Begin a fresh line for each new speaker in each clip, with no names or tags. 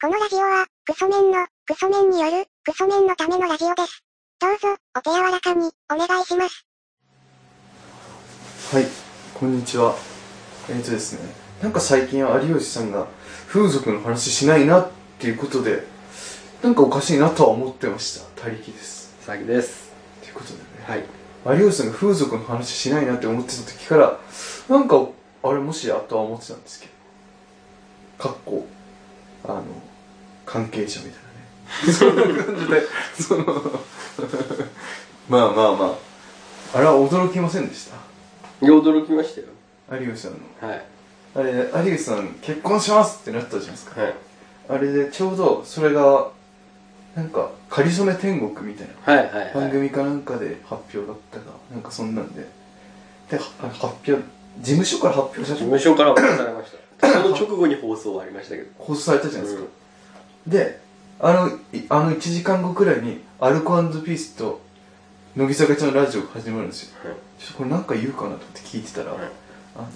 このラジオは、クソメンの、クソメンによる、クソメンのためのラジオです。どうぞ、お手柔らかに、お願いします。
はい、こんにちは。えっ、とですね、なんか最近有吉さんが風俗の話しないなっていうことで、なんかおかしいなとは思ってました。他力です。
佐々木です
ということで
はい
ね、有吉さんが風俗の話しないなって思ってた時から、なんか、あれもしやとは思ってたんですけど、かっこ、あの、関係者みたいなね。そんな感じで、その、 まあまあまあ、あれは驚きませんでした。
驚きましたよ
有吉さんの
はい
あれ有吉さん結婚しますってなったじゃないですか、
はい
あれでちょうどそれがなんか「かりそめ天国」みたいな
はいはいはい
番組かなんかで発表だったかなんかそんなんでではあ発表事務所から発表さ
事
れた
務所から渡されましたその直後に放送はありましたけど
放送されたじゃないですか、
うん
であのいあの1時間後くらいにアルコピースと乃木坂ちゃんのラジオが始まるんですよ
はい
ちょっとこれなんか言うかなと思って聞いてたら、
はい
あの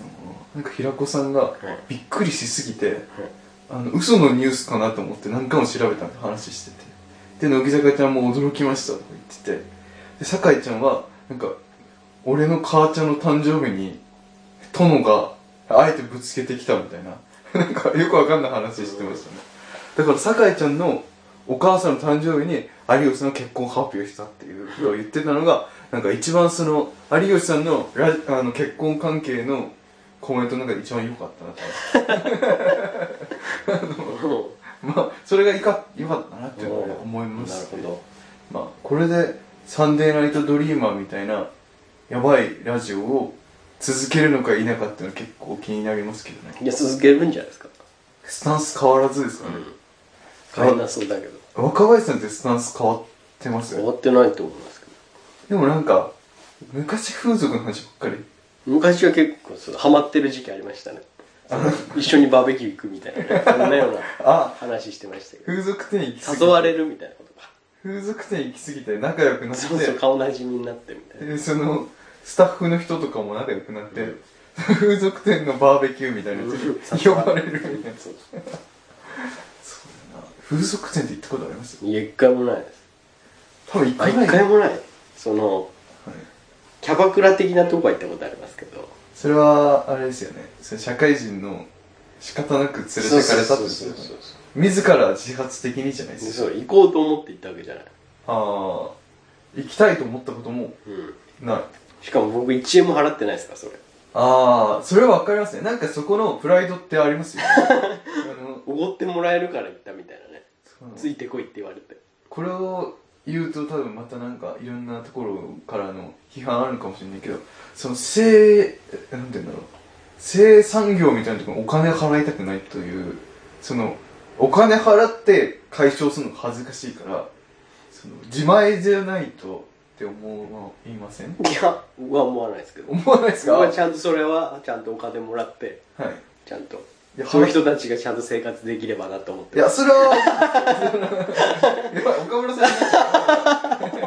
なんか平子さんが
はい
びっくりしすぎて、あの嘘のニュースかなと思って何回も調べたんで話しててで乃木坂ちゃんも驚きましたとか言っててで酒井ちゃんはなんか俺の母ちゃんの誕生日に殿があえてぶつけてきたみたいな なんかよくわかんない話してましたねだから酒井ちゃんのお母さんの誕生日に有吉さんの結婚を発表したっていうことを言ってたのがなんか一番その有吉さんのラジあの結婚関係のコメントの中で一番良かったなと思って まあ、それがいか良かったなっていうのは思います
なるほ
まあ、これで「サンデーナイトドリーマー」みたいなやばいラジオを続けるのか否かっていうのは結構気になりますけどね
どいや続けるんじゃないですか
スタンス変わらずですかね、
変えなそうだけど
若林さんってスタンス変わってます
終わってないと思いますけど
でもなんか昔風俗の話ばっかり
昔は結構そうハマってる時期ありましたね一緒にバーベキュー行くみたいなそんなような
あ
話してましたけど
風俗店行き過ぎ
誘われるみたいなことか
風俗店行き過ぎて仲良くなって
そうそう顔なじみになってみたい な
でそのスタッフの人とかも仲良くなって、風俗店のバーベキューみたいなやつに呼ばれるみたいな
そう
風俗店って行ったことあります
いや一回もないです
多分行
あ
かない
一回もないその
はい
キャバクラ的なとこは行ったことありますけど
それはあれですよねそれ社会人の仕方なく連れてかれたって
そう
こ
そ
と
う
です
そ
よ
う
ね自ら自発的にじゃないで
そう
すか
そう行こうと思って行ったわけじゃない、
ああ行きたいと思ったことも
うん、
ない
しかも僕1円も払ってないですからそれ
ああそれは分かりますねなんかそこのプライドってありますよねあの
おごってもらえるから行ったみたいなね
その
ついてこいって言われて
これを言うと多分またなんかいろんなところからの批判あるのかもしれないけどその性なんて言うんだろう性産業みたいなところにお金払いたくないというそのお金払って解消するのが恥ずかしいからその自前じゃないとって思いません
いや僕は思わないですけど
思わないです
僕
かは
はいちゃんとそれはちゃんとお金もらってちゃんと
いや
そういう人たちがちゃんと生活できればなと思っ
い
て
やそれはやばい 岡村さんになっちゃ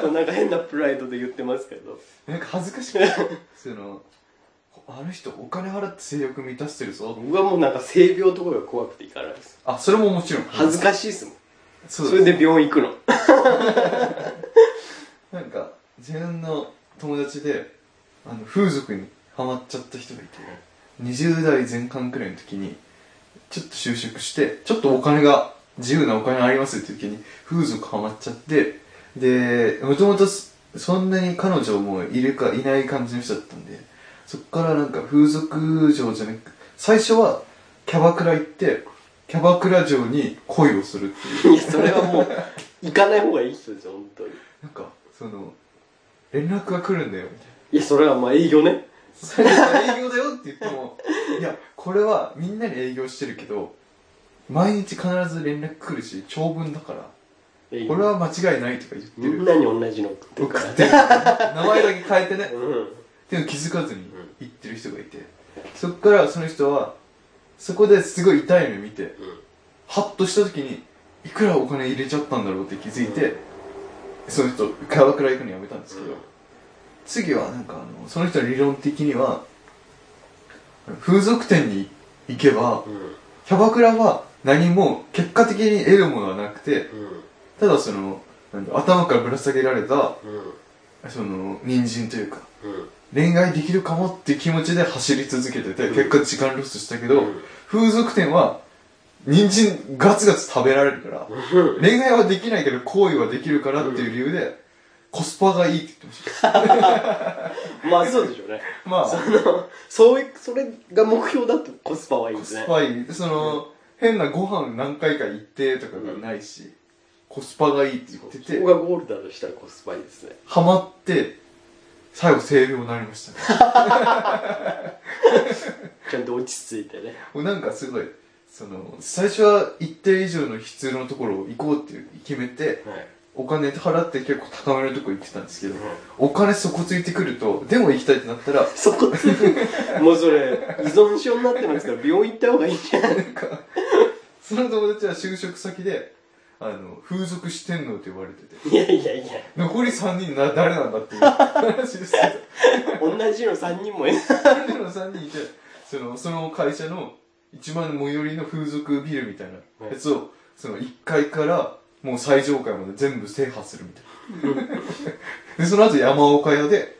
そうなんか変なプライドで言ってますけど
うなんか恥ずかしくないそのあの人お金払って性欲満たしてるぞ
僕はもうなんか性病とかが怖くて行かないです
あ、それももちろん。
恥ず
か
かしいですもん
そ
そうれ
で
で病院行くの
す。なんか、自分の友達で、あの、風俗にハマっちゃった人がいて、20代前半くらいの時に、ちょっと就職して、ちょっとお金が、自由なお金ありますって時に、風俗ハマっちゃって、で、もともとそそんなに彼女もいるかいない感じの人だったんで、そっからなんか風俗嬢じゃなく、最初はキャバクラ行って、キャバクラ嬢に恋をするっていう。
いやそれはもう行かない方がいい人ですよ本当に
なんか、その、連絡が来るんだよ、み
いやそれはまあ営業ね
たいな。営業だよって言っても、いや、これはみんなに営業してるけど、毎日必ず連絡来るし、長文だから、
営業
これは間違いないとか言って
みん
る。
なに同じの送ってる
送
から
ってる。名前だけ変えてね。
うん
でも気づかずに言ってる人がいて、そっからその人は、そこですごい痛い目見て、ハッとした時に、いくらお金入れちゃったんだろうって気づいて、その人、キャバクラ行くのやめたんですけど、次はなんかあのその人の理論的には風俗店に行けば
うんうん
キャバクラは何も結果的に得るものはなくて
う
ただそのなんだ頭からぶら下げられた
んうん
その人参というか
うん
恋愛できるかもって気持ちで走り続けてて
うん
結果時間ロスしたけど、
うん
風俗店は人参ガツガツ食べられるから、
うん
恋愛はできないけど行為はできるからっていう理由で、コスパがいいって言ってました
まあそうでしょうね
ま
そ
あ
のそういうそれが目標だとコスパはいい
コ
です
ス
ね
パいいその、変なご飯何回か行ってとかがないし、コスパがいいって言ってて
そこがゴールだとしたらコスパいいですね
ハマって最後性病になりましたね
ちゃんと落ち着いてね
もうなんかすごいその最初は一定以上の必要のところを行こうって決めて
はい
お金払って結構高めのとこ行ってたんですけど、お金底ついてくるとでも行きたいってなったら
そこつもうそれ依存症になってますから病院行った方がいいんじゃない
なんか、その友達は就職先で、あの、風俗四天王って呼ばれてて、
いやいやいや
残り3人な、誰なんだっていう話ですけ
同じの3人もいる
ど、彼らの3人いて、その、その会社の一番最寄りの風俗ビルみたいなやつを、その1階からもう最上階まで全部制覇するみたいな。で、 その後山岡屋で、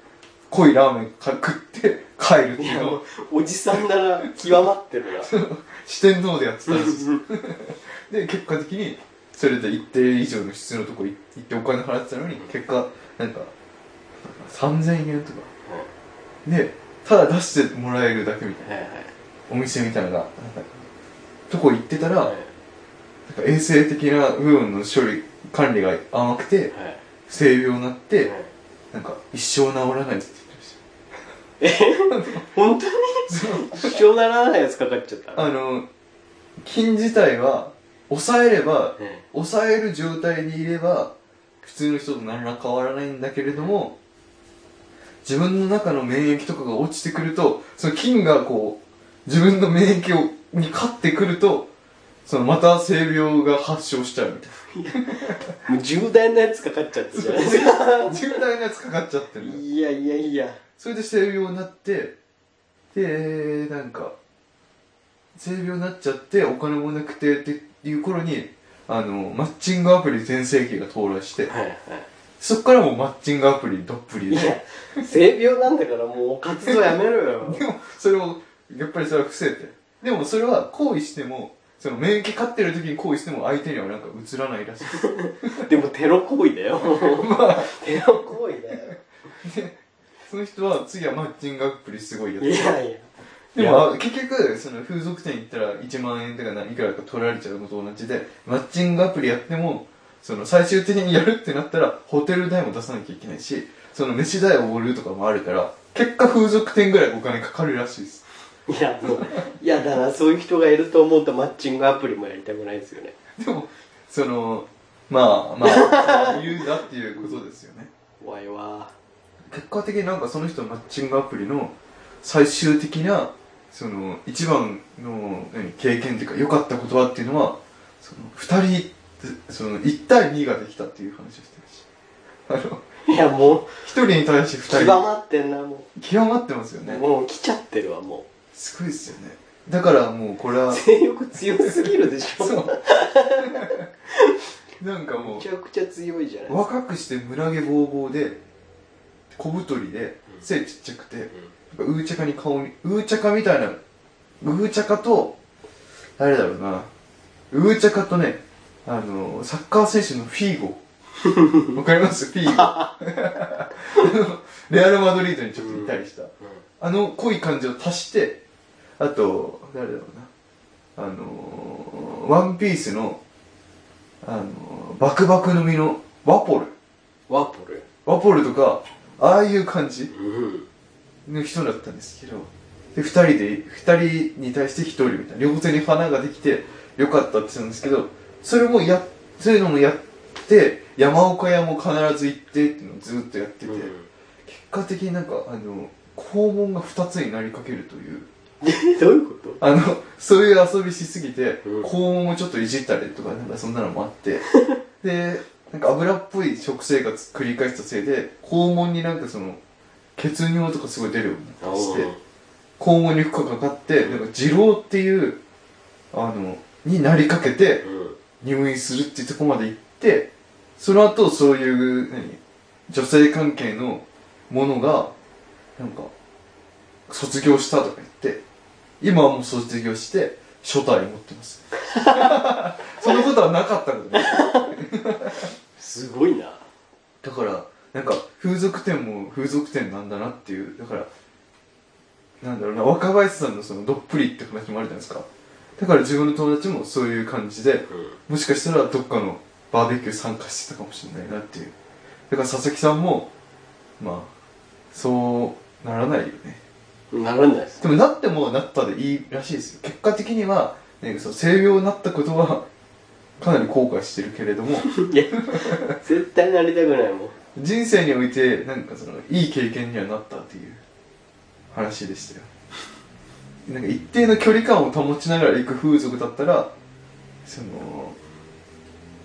濃いラーメンか食って帰るって
い
いう
や
のを
もうおじさんなら極まってるな
四天王でやってた
うんん
ですよで結果的にそれで一定以上の質のとこ行ってお金払ってたのに結果なんか3000円とかでただ出してもらえるだけみたいな
はいはい
お店みたいななんかとこ行ってたら、
はい
なんか衛生的な部分の処理管理が甘くて
はい
性病になって、
はい
なんか一生治らないって言ってまし
本当に
た
一生ならないやつかかっちゃった
あの菌自体は抑えれば
ね
抑える状態にいれば普通の人と何ら変わらないんだけれども自分の中の免疫とかが落ちてくるとその菌がこう自分の免疫をに勝ってくるとそのまた性病が発症しちゃうみたい
もう重大なやつかかっちゃったじゃないですか
な重大なやつかかっちゃってるのよ
いやいやいや
それで性病になってでなんか性病になっちゃってお金もなくてっていう頃にあのマッチングアプリ全盛期が到来して
はいは
そっからもうマッチングアプリどっぷり
いい
で。
や性病なんだからもう活動やめろよ
でも、それを、やっぱりそれは伏せて。でもそれは行為しても、その免疫勝ってる時に行為しても相手にはなんか映らないらしい。
でもテロ行為だよ、テロ行為だよ
その人は次はマッチングアプリすごいや
い
つ。
やいや
でもあ結局、その風俗店行ったら1万円とか何いくらか取られちゃうのと同じで、マッチングアプリやっても、その最終的にやるってなったらホテル代も出さなきゃいけないし、その飯代をおごるとかもあるから、結果風俗店ぐらいお金かかるらしいです。
いやもう嫌だなそういう人がいると思うとマッチングアプリもやりたくないですよね
でも、その、まあま あ、そう言うなっていうことですよね。
怖いわ
結果的になんかその人のマッチングアプリの最終的な、その、一番の何経験っていうか、良かったことはっていうのは、その、二人、その、一対二ができたっていう話をしてました。あの、
いやもう
一人に対して二
極
人、
まってんなも
極まってますよ
う、
ね。
もう来ちゃってるわ も
すごいですよね。だからもうこれ
う
は、
性欲強すぎるでしょ
そう。なんかもう
め、ちゃくちゃ強いじゃないですか
若くして胸毛ボーボーで小太りで
うん
背ちっちゃくてウーチャカに顔にウーチャカみたいなウーチャカと誰だろうなウーチャカとねあのサッカー選手のフィー ゴわかりますフィーゴ あのレアル・マドリードにちょっといたりした、あの濃い感じを足してあと誰だろうなあのワンピースのあのバクバクの実のワポル
うんワポル
ワポルとか、ああいう感じ
うん
の人だったんですけど、で、二人で、二人に対して一人みたいな、両手に花ができて、よかったって言うんですけど、それもや、そういうのもやって、山岡屋も必ず行ってっていうのをずっとやってて、
うん
結果的になんか、あの、肛門が二つになりかけるという、
え どういうこと
あの、そういう遊びしすぎて、
うん
肛門をちょっといじったりとか、なんかそんなのもあ って、で、なんか油っぽい食生活繰り返したせいで、肛門になんかその、血尿とかすごい出るようになったりして、肛門に負荷かかって、なんか痔瘻っていう、あの、になりかけて
うん
入院するっていうとこまで行ってその後そういう何女性関係のものがなんか卒業したとか言って今はもう卒業して初体持ってます そのことはなかったのね
すごいな
だからなんか風俗店も風俗店なんだなっていうだからなんだろうな若林さんのそのどっぷりって話もあるじゃないですかだから自分の友達もそういう感じで
う
もしかしたらどっかのバーベキュー参加してたかもしれないなっていうだから佐々木さんもまあそうならないよね
んならないです
でもなってもなったでいいらしいですよ結果的には、ね、その性病になったことは かなり後悔してるけれども
いや絶対なりたくないもん
人生においてなんかそのいい経験にはなったっていう話でしたよなんか一定の距離感を保ちながら行く風俗だったらその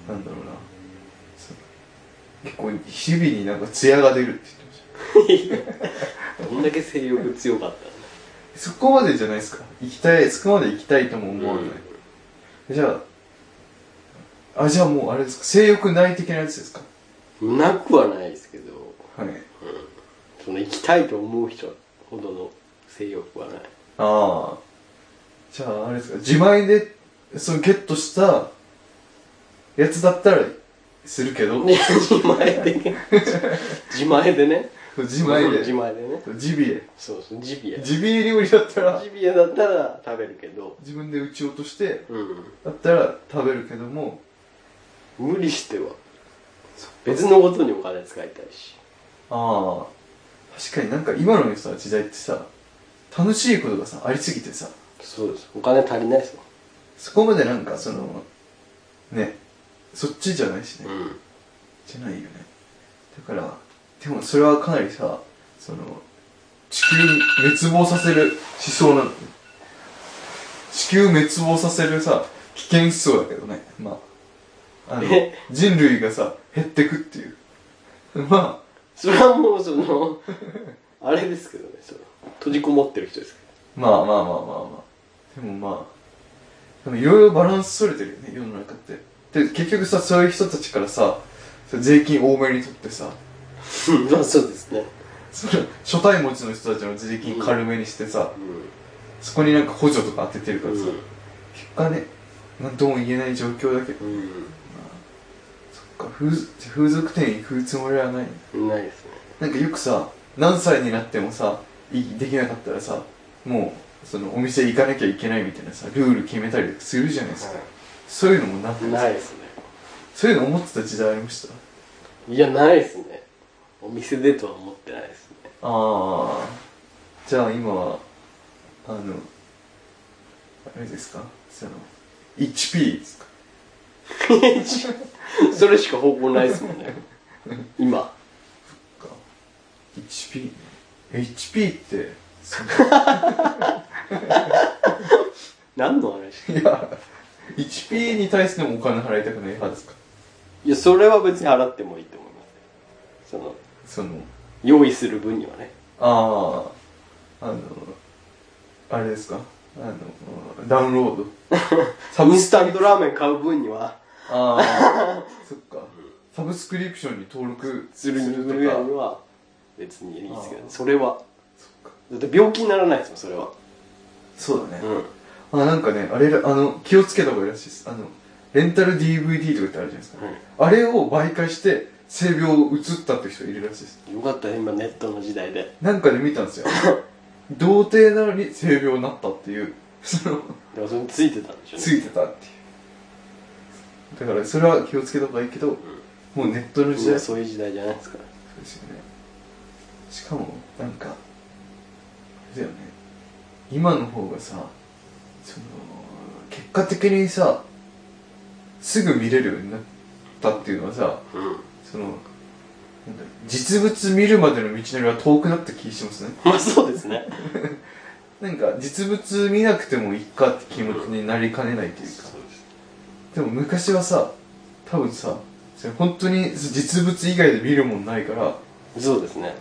なんだろうなその結構日々になんか艶が出るって言ってまし
どんだけ性欲強かったんだ
たそこまでじゃないですか行きたいそこまで行きたいとも思わない、じゃああじゃあもうあれですか性欲ない的なやつですか
うんなくはないですけど、
はい
うん、その行きたいと思う人ほどの性欲はない
ああじゃああれですか自前でそのゲットしたやつだったらするけど、
ね自前で ね自前でね
自前で
自前でね
ジビエ
そうそうジビエジ
ジビエ料理だったら
ビエだったら食べるけど
自分で撃ち落として
うん
だったら食べるけども
無理しては別のことにお金使いたいし
ああ確かになんか今のさ時代ってさ楽しいことがさありすぎてさ
そうですお金足りないですも
そこまでなんかそのねそっちじゃないしね、
ん、
じゃないよねだからでもそれはかなりさその地球滅亡させる思想なのね地球滅亡させるさ危険思想だけどねまああの人類がさ減ってくっていうま
それはもうそのあれですけどねその閉じこもってる人です
あまあまあまあまあまあでもまあでもいろいろバランス取れてるよね世の中ってで結局さそういう人たちからさその税金多めに取ってさ
けど まあそうですね、
その初対持ちの人たちの税金軽めにしてさ、
うん
そこになんか補助とか当ててるからさ、
うん
結果ねなんとも言えない状況だけどそっか風風俗店行くつもりはないね
うん、ないですね
なんかよくさ何歳になってもさいできなかったらさもうそのお店行かなきゃいけないみたいなさルール決めたりするじゃないですか、そういうのもなくて
ないですね
そういうの思ってた時代ありました
いやないですねお店でとは思ってないです ね
ああじゃあ今はあのあれですかその 1P ですか
それしか方法ないですもんね今
か HP ね HP ってその
何の話
いや HP に対してもお金払いたくない派ですか
いやそれは別に払ってもいいと思いますその
その
用意する分にはね
あああのあれですかあのダウンロードサ
イ
ブ
ン
ス
スタントラーメン買う分には
ああ そっかサブスクリプションに登録
する
と
ぐらいに
か
は別にいいですけど
あ
ね
ー
それは
そっか
だって病気にならないですもんそれは
そうだね、
うん
あなんかねあれらあの気をつけた方がいいらしいですあのレンタル DVD とかってあるじゃないですか、あれを媒介して性病を移ったって人いるらしいです
よかったね今ネットの時代で
なんかで見たんですよ童貞なのに性病になったっていうその
でもそれについてたんでしょうね
ついてたっていうだからそれは気をつけた方がいいけど、もうネットの時
今
代
そういう時代じゃないですから
そうですよねしかもなんかあれだよね今の方がさその結果的にさすぐ見れるようになったっていうのはさ
うん
そのなんだろう実物見るまでの道のりは遠くなった気しますね
まあそうですね
なんか実物見なくてもいいかって気持ちになりかねないというかでも昔はさ多分さそれ本当に実物以外で見るもんないから
そうですね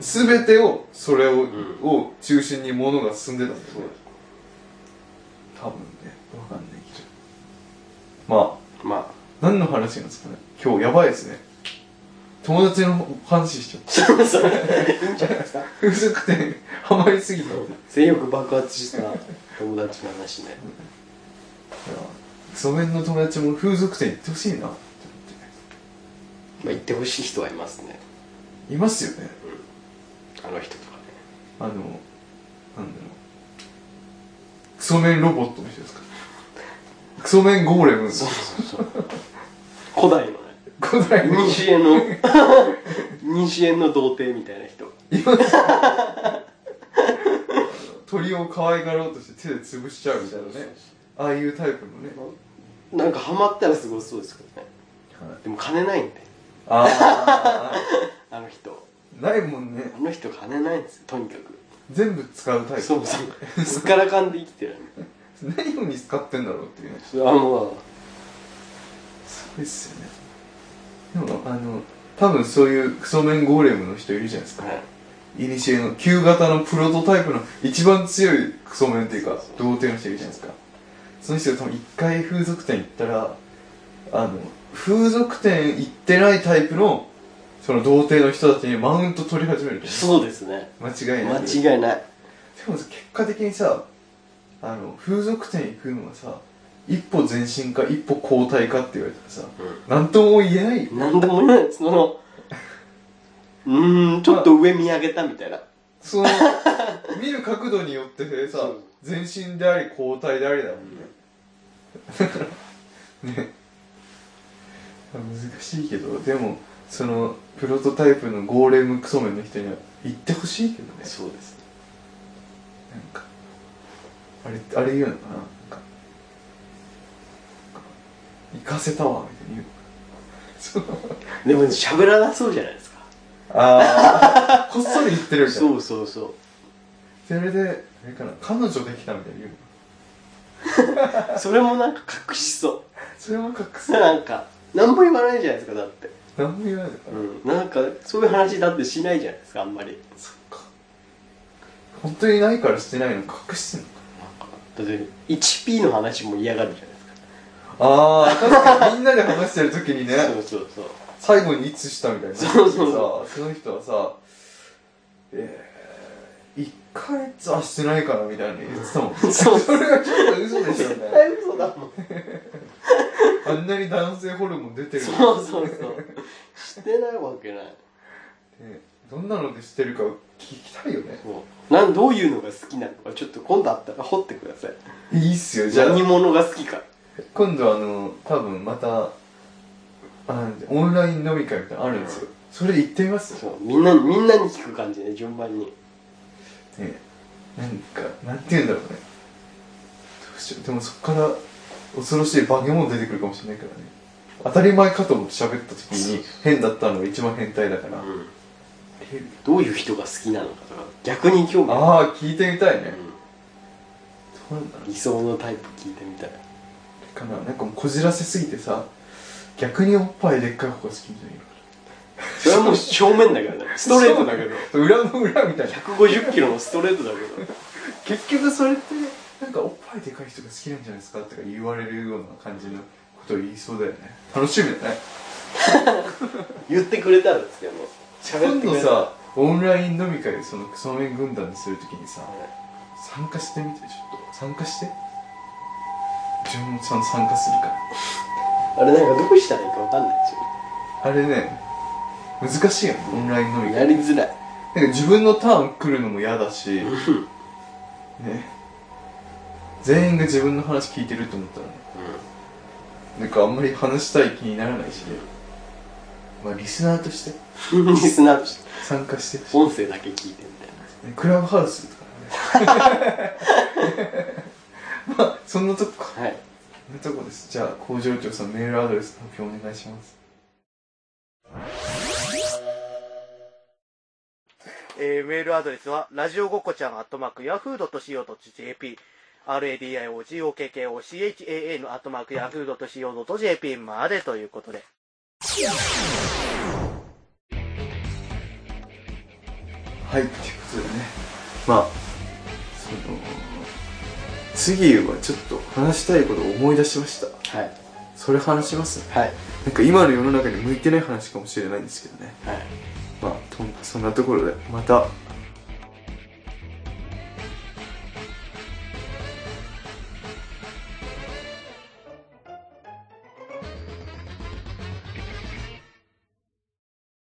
全てをそれを,、
ん
を中心に物が進んでたんだよね多分ねわかんないけまあ
ま
何の話なんですかね今日やばいですね友達の話しちゃっ
あそうそういいんじゃないですか
た薄くてハマりすぎたいや
性欲爆発した友達の話ね
クソメンの友達も風俗店行ってほしいなって思っ
まあ言ってほしい人はいますね
ていますよね
あの人とかね
あのなんだろうクソメンロボットの人ですかクソメンゴーレムの
そうそうそう古代のね
古代の
西江の西江の童貞みたいな人
鳥を可愛がろうとして手で潰しちゃうみたいなねああいうタイプのね、
なんかハマったらすごそうですけどねでも金ないんで
あ
あの人
あないもんね
あの人金ないんですよとにかく
全部使うタイプ
そうそうすっからかんで生きてる
何を見つかってんだろうっていうね
それはも
すごいっすよねでもあの多分そういうクソメンゴーレムの人いるじゃないです
う
か
はい
いにしえの旧型のプロトタイプの一番強いクソメンっていうか
そう
童貞の人いるじゃないですかその人が多分一回風俗店行ったらあの風俗店行ってないタイプのその童貞の人たちにマウント取り始めると
そうですね
間違いない
間違いない
でもさ結果的にさあの風俗店行くのはさ一歩前進か一歩後退かって言われたらさ何とも言えない
何でもないそのうーんちょっと上見上げたみたいな
その見る角度によってさ
そう
前進であり後退でありだもんねだからね 難しいけどでもそのプロトタイプのゴーレムクソメンの人には言ってほしいけどね
そうです
なんかあれあれ言うのかななんか行かせたわみたいに言うのかなそう
でも喋らなそうじゃないですか
ああ こっそり言ってるじゃん
そうそうそう
それであれかな彼女できたみたいに言うのか
それもなんか隠しそ
なそれも隠
う
す
なんか何も言わないじゃないですかだって
何も言わないのかな、
うんなんかそういう話だってしないじゃないですかあんまり
そっか本当にないからしてないの隠してんのか
だって 1P の話も嫌がるじゃないですか
ああ確かにみんなで話してる時にね
そうそうそう
最後にいつしたみたいな
そうそう
さその人はさえー、1ヶ月はしてないからみたいな言ってたもん
そう
それはちょっと嘘でしょ
絶
ね
対嘘だもん
あんなに男性ホルモン出てるの
そうそうそうしてないわけない
にねどんなのでしてるか聞きたいよね
そうなんどういうのが好きなのかちょっと今度あったら掘ってください
いいっすよじゃあ
何者が好きか
今度あの多分またあオンライン飲み会みたいなのあるんですよそれ行ってみます
そうみんなにみんなに聞く感じね順番に
ねなんかなんて言うんだろうねどうしようでもそこから恐ろしい化け物出てくるかもしれないからね当たり前かと思って喋った時に変だったのが一番変態だから、
うんどういう人が好きなのかとか逆に興味あ
ああ聞いてみたい
る
ね、どうなんだろ
うん理想のタイプ聞いてみたいな
うかななんかもうこじらせすぎてさ逆におっぱいでっかい方が好きみたいな
それはもう正面だけ どねストレートだけど
そう裏の裏みたいな
150キロのストレートだけど
結局それってねなんかおっぱいでかい人が好きなんじゃないですかとか言われるような感じのことを言いそうだよね楽しみだね
言ってくれたらですけど喋
今
ってく
度
れたら
さオンライン飲み会でそのクソメン軍団にするときにさ参加してみてちょっと参加して自分もちゃんと参加するから
あれなんかどうしたらいいかわかんないですよ
あれね難しいよねオンライン飲み
や
会
りづらい
なんか自分のターン来るのも嫌だしね全員が自分の話聞いてると思ったらねなんかあんまり話したい気にならないしねまあリスナーとして
うんリスナーとして
参加してほしい
音声だけ聞いてみたいな
ねクラブハウスとかね まあそんなとこか
はい。
そんなとこですじゃあ工場長さんメールアドレス発表お願いします
えーメールアドレスは、ラジオごこちゃん、アットマーク、ヤフー .co.jp、radiogokochaa のアットマーク、ヤフー .co.jp までということで。
はいということでねまあその次はちょっと話したいことを思い出しました
はい。
それ話します
はい
なんか今の世の中に向いてない話かもしれないんですけどね
はい
まあとそんなところでまた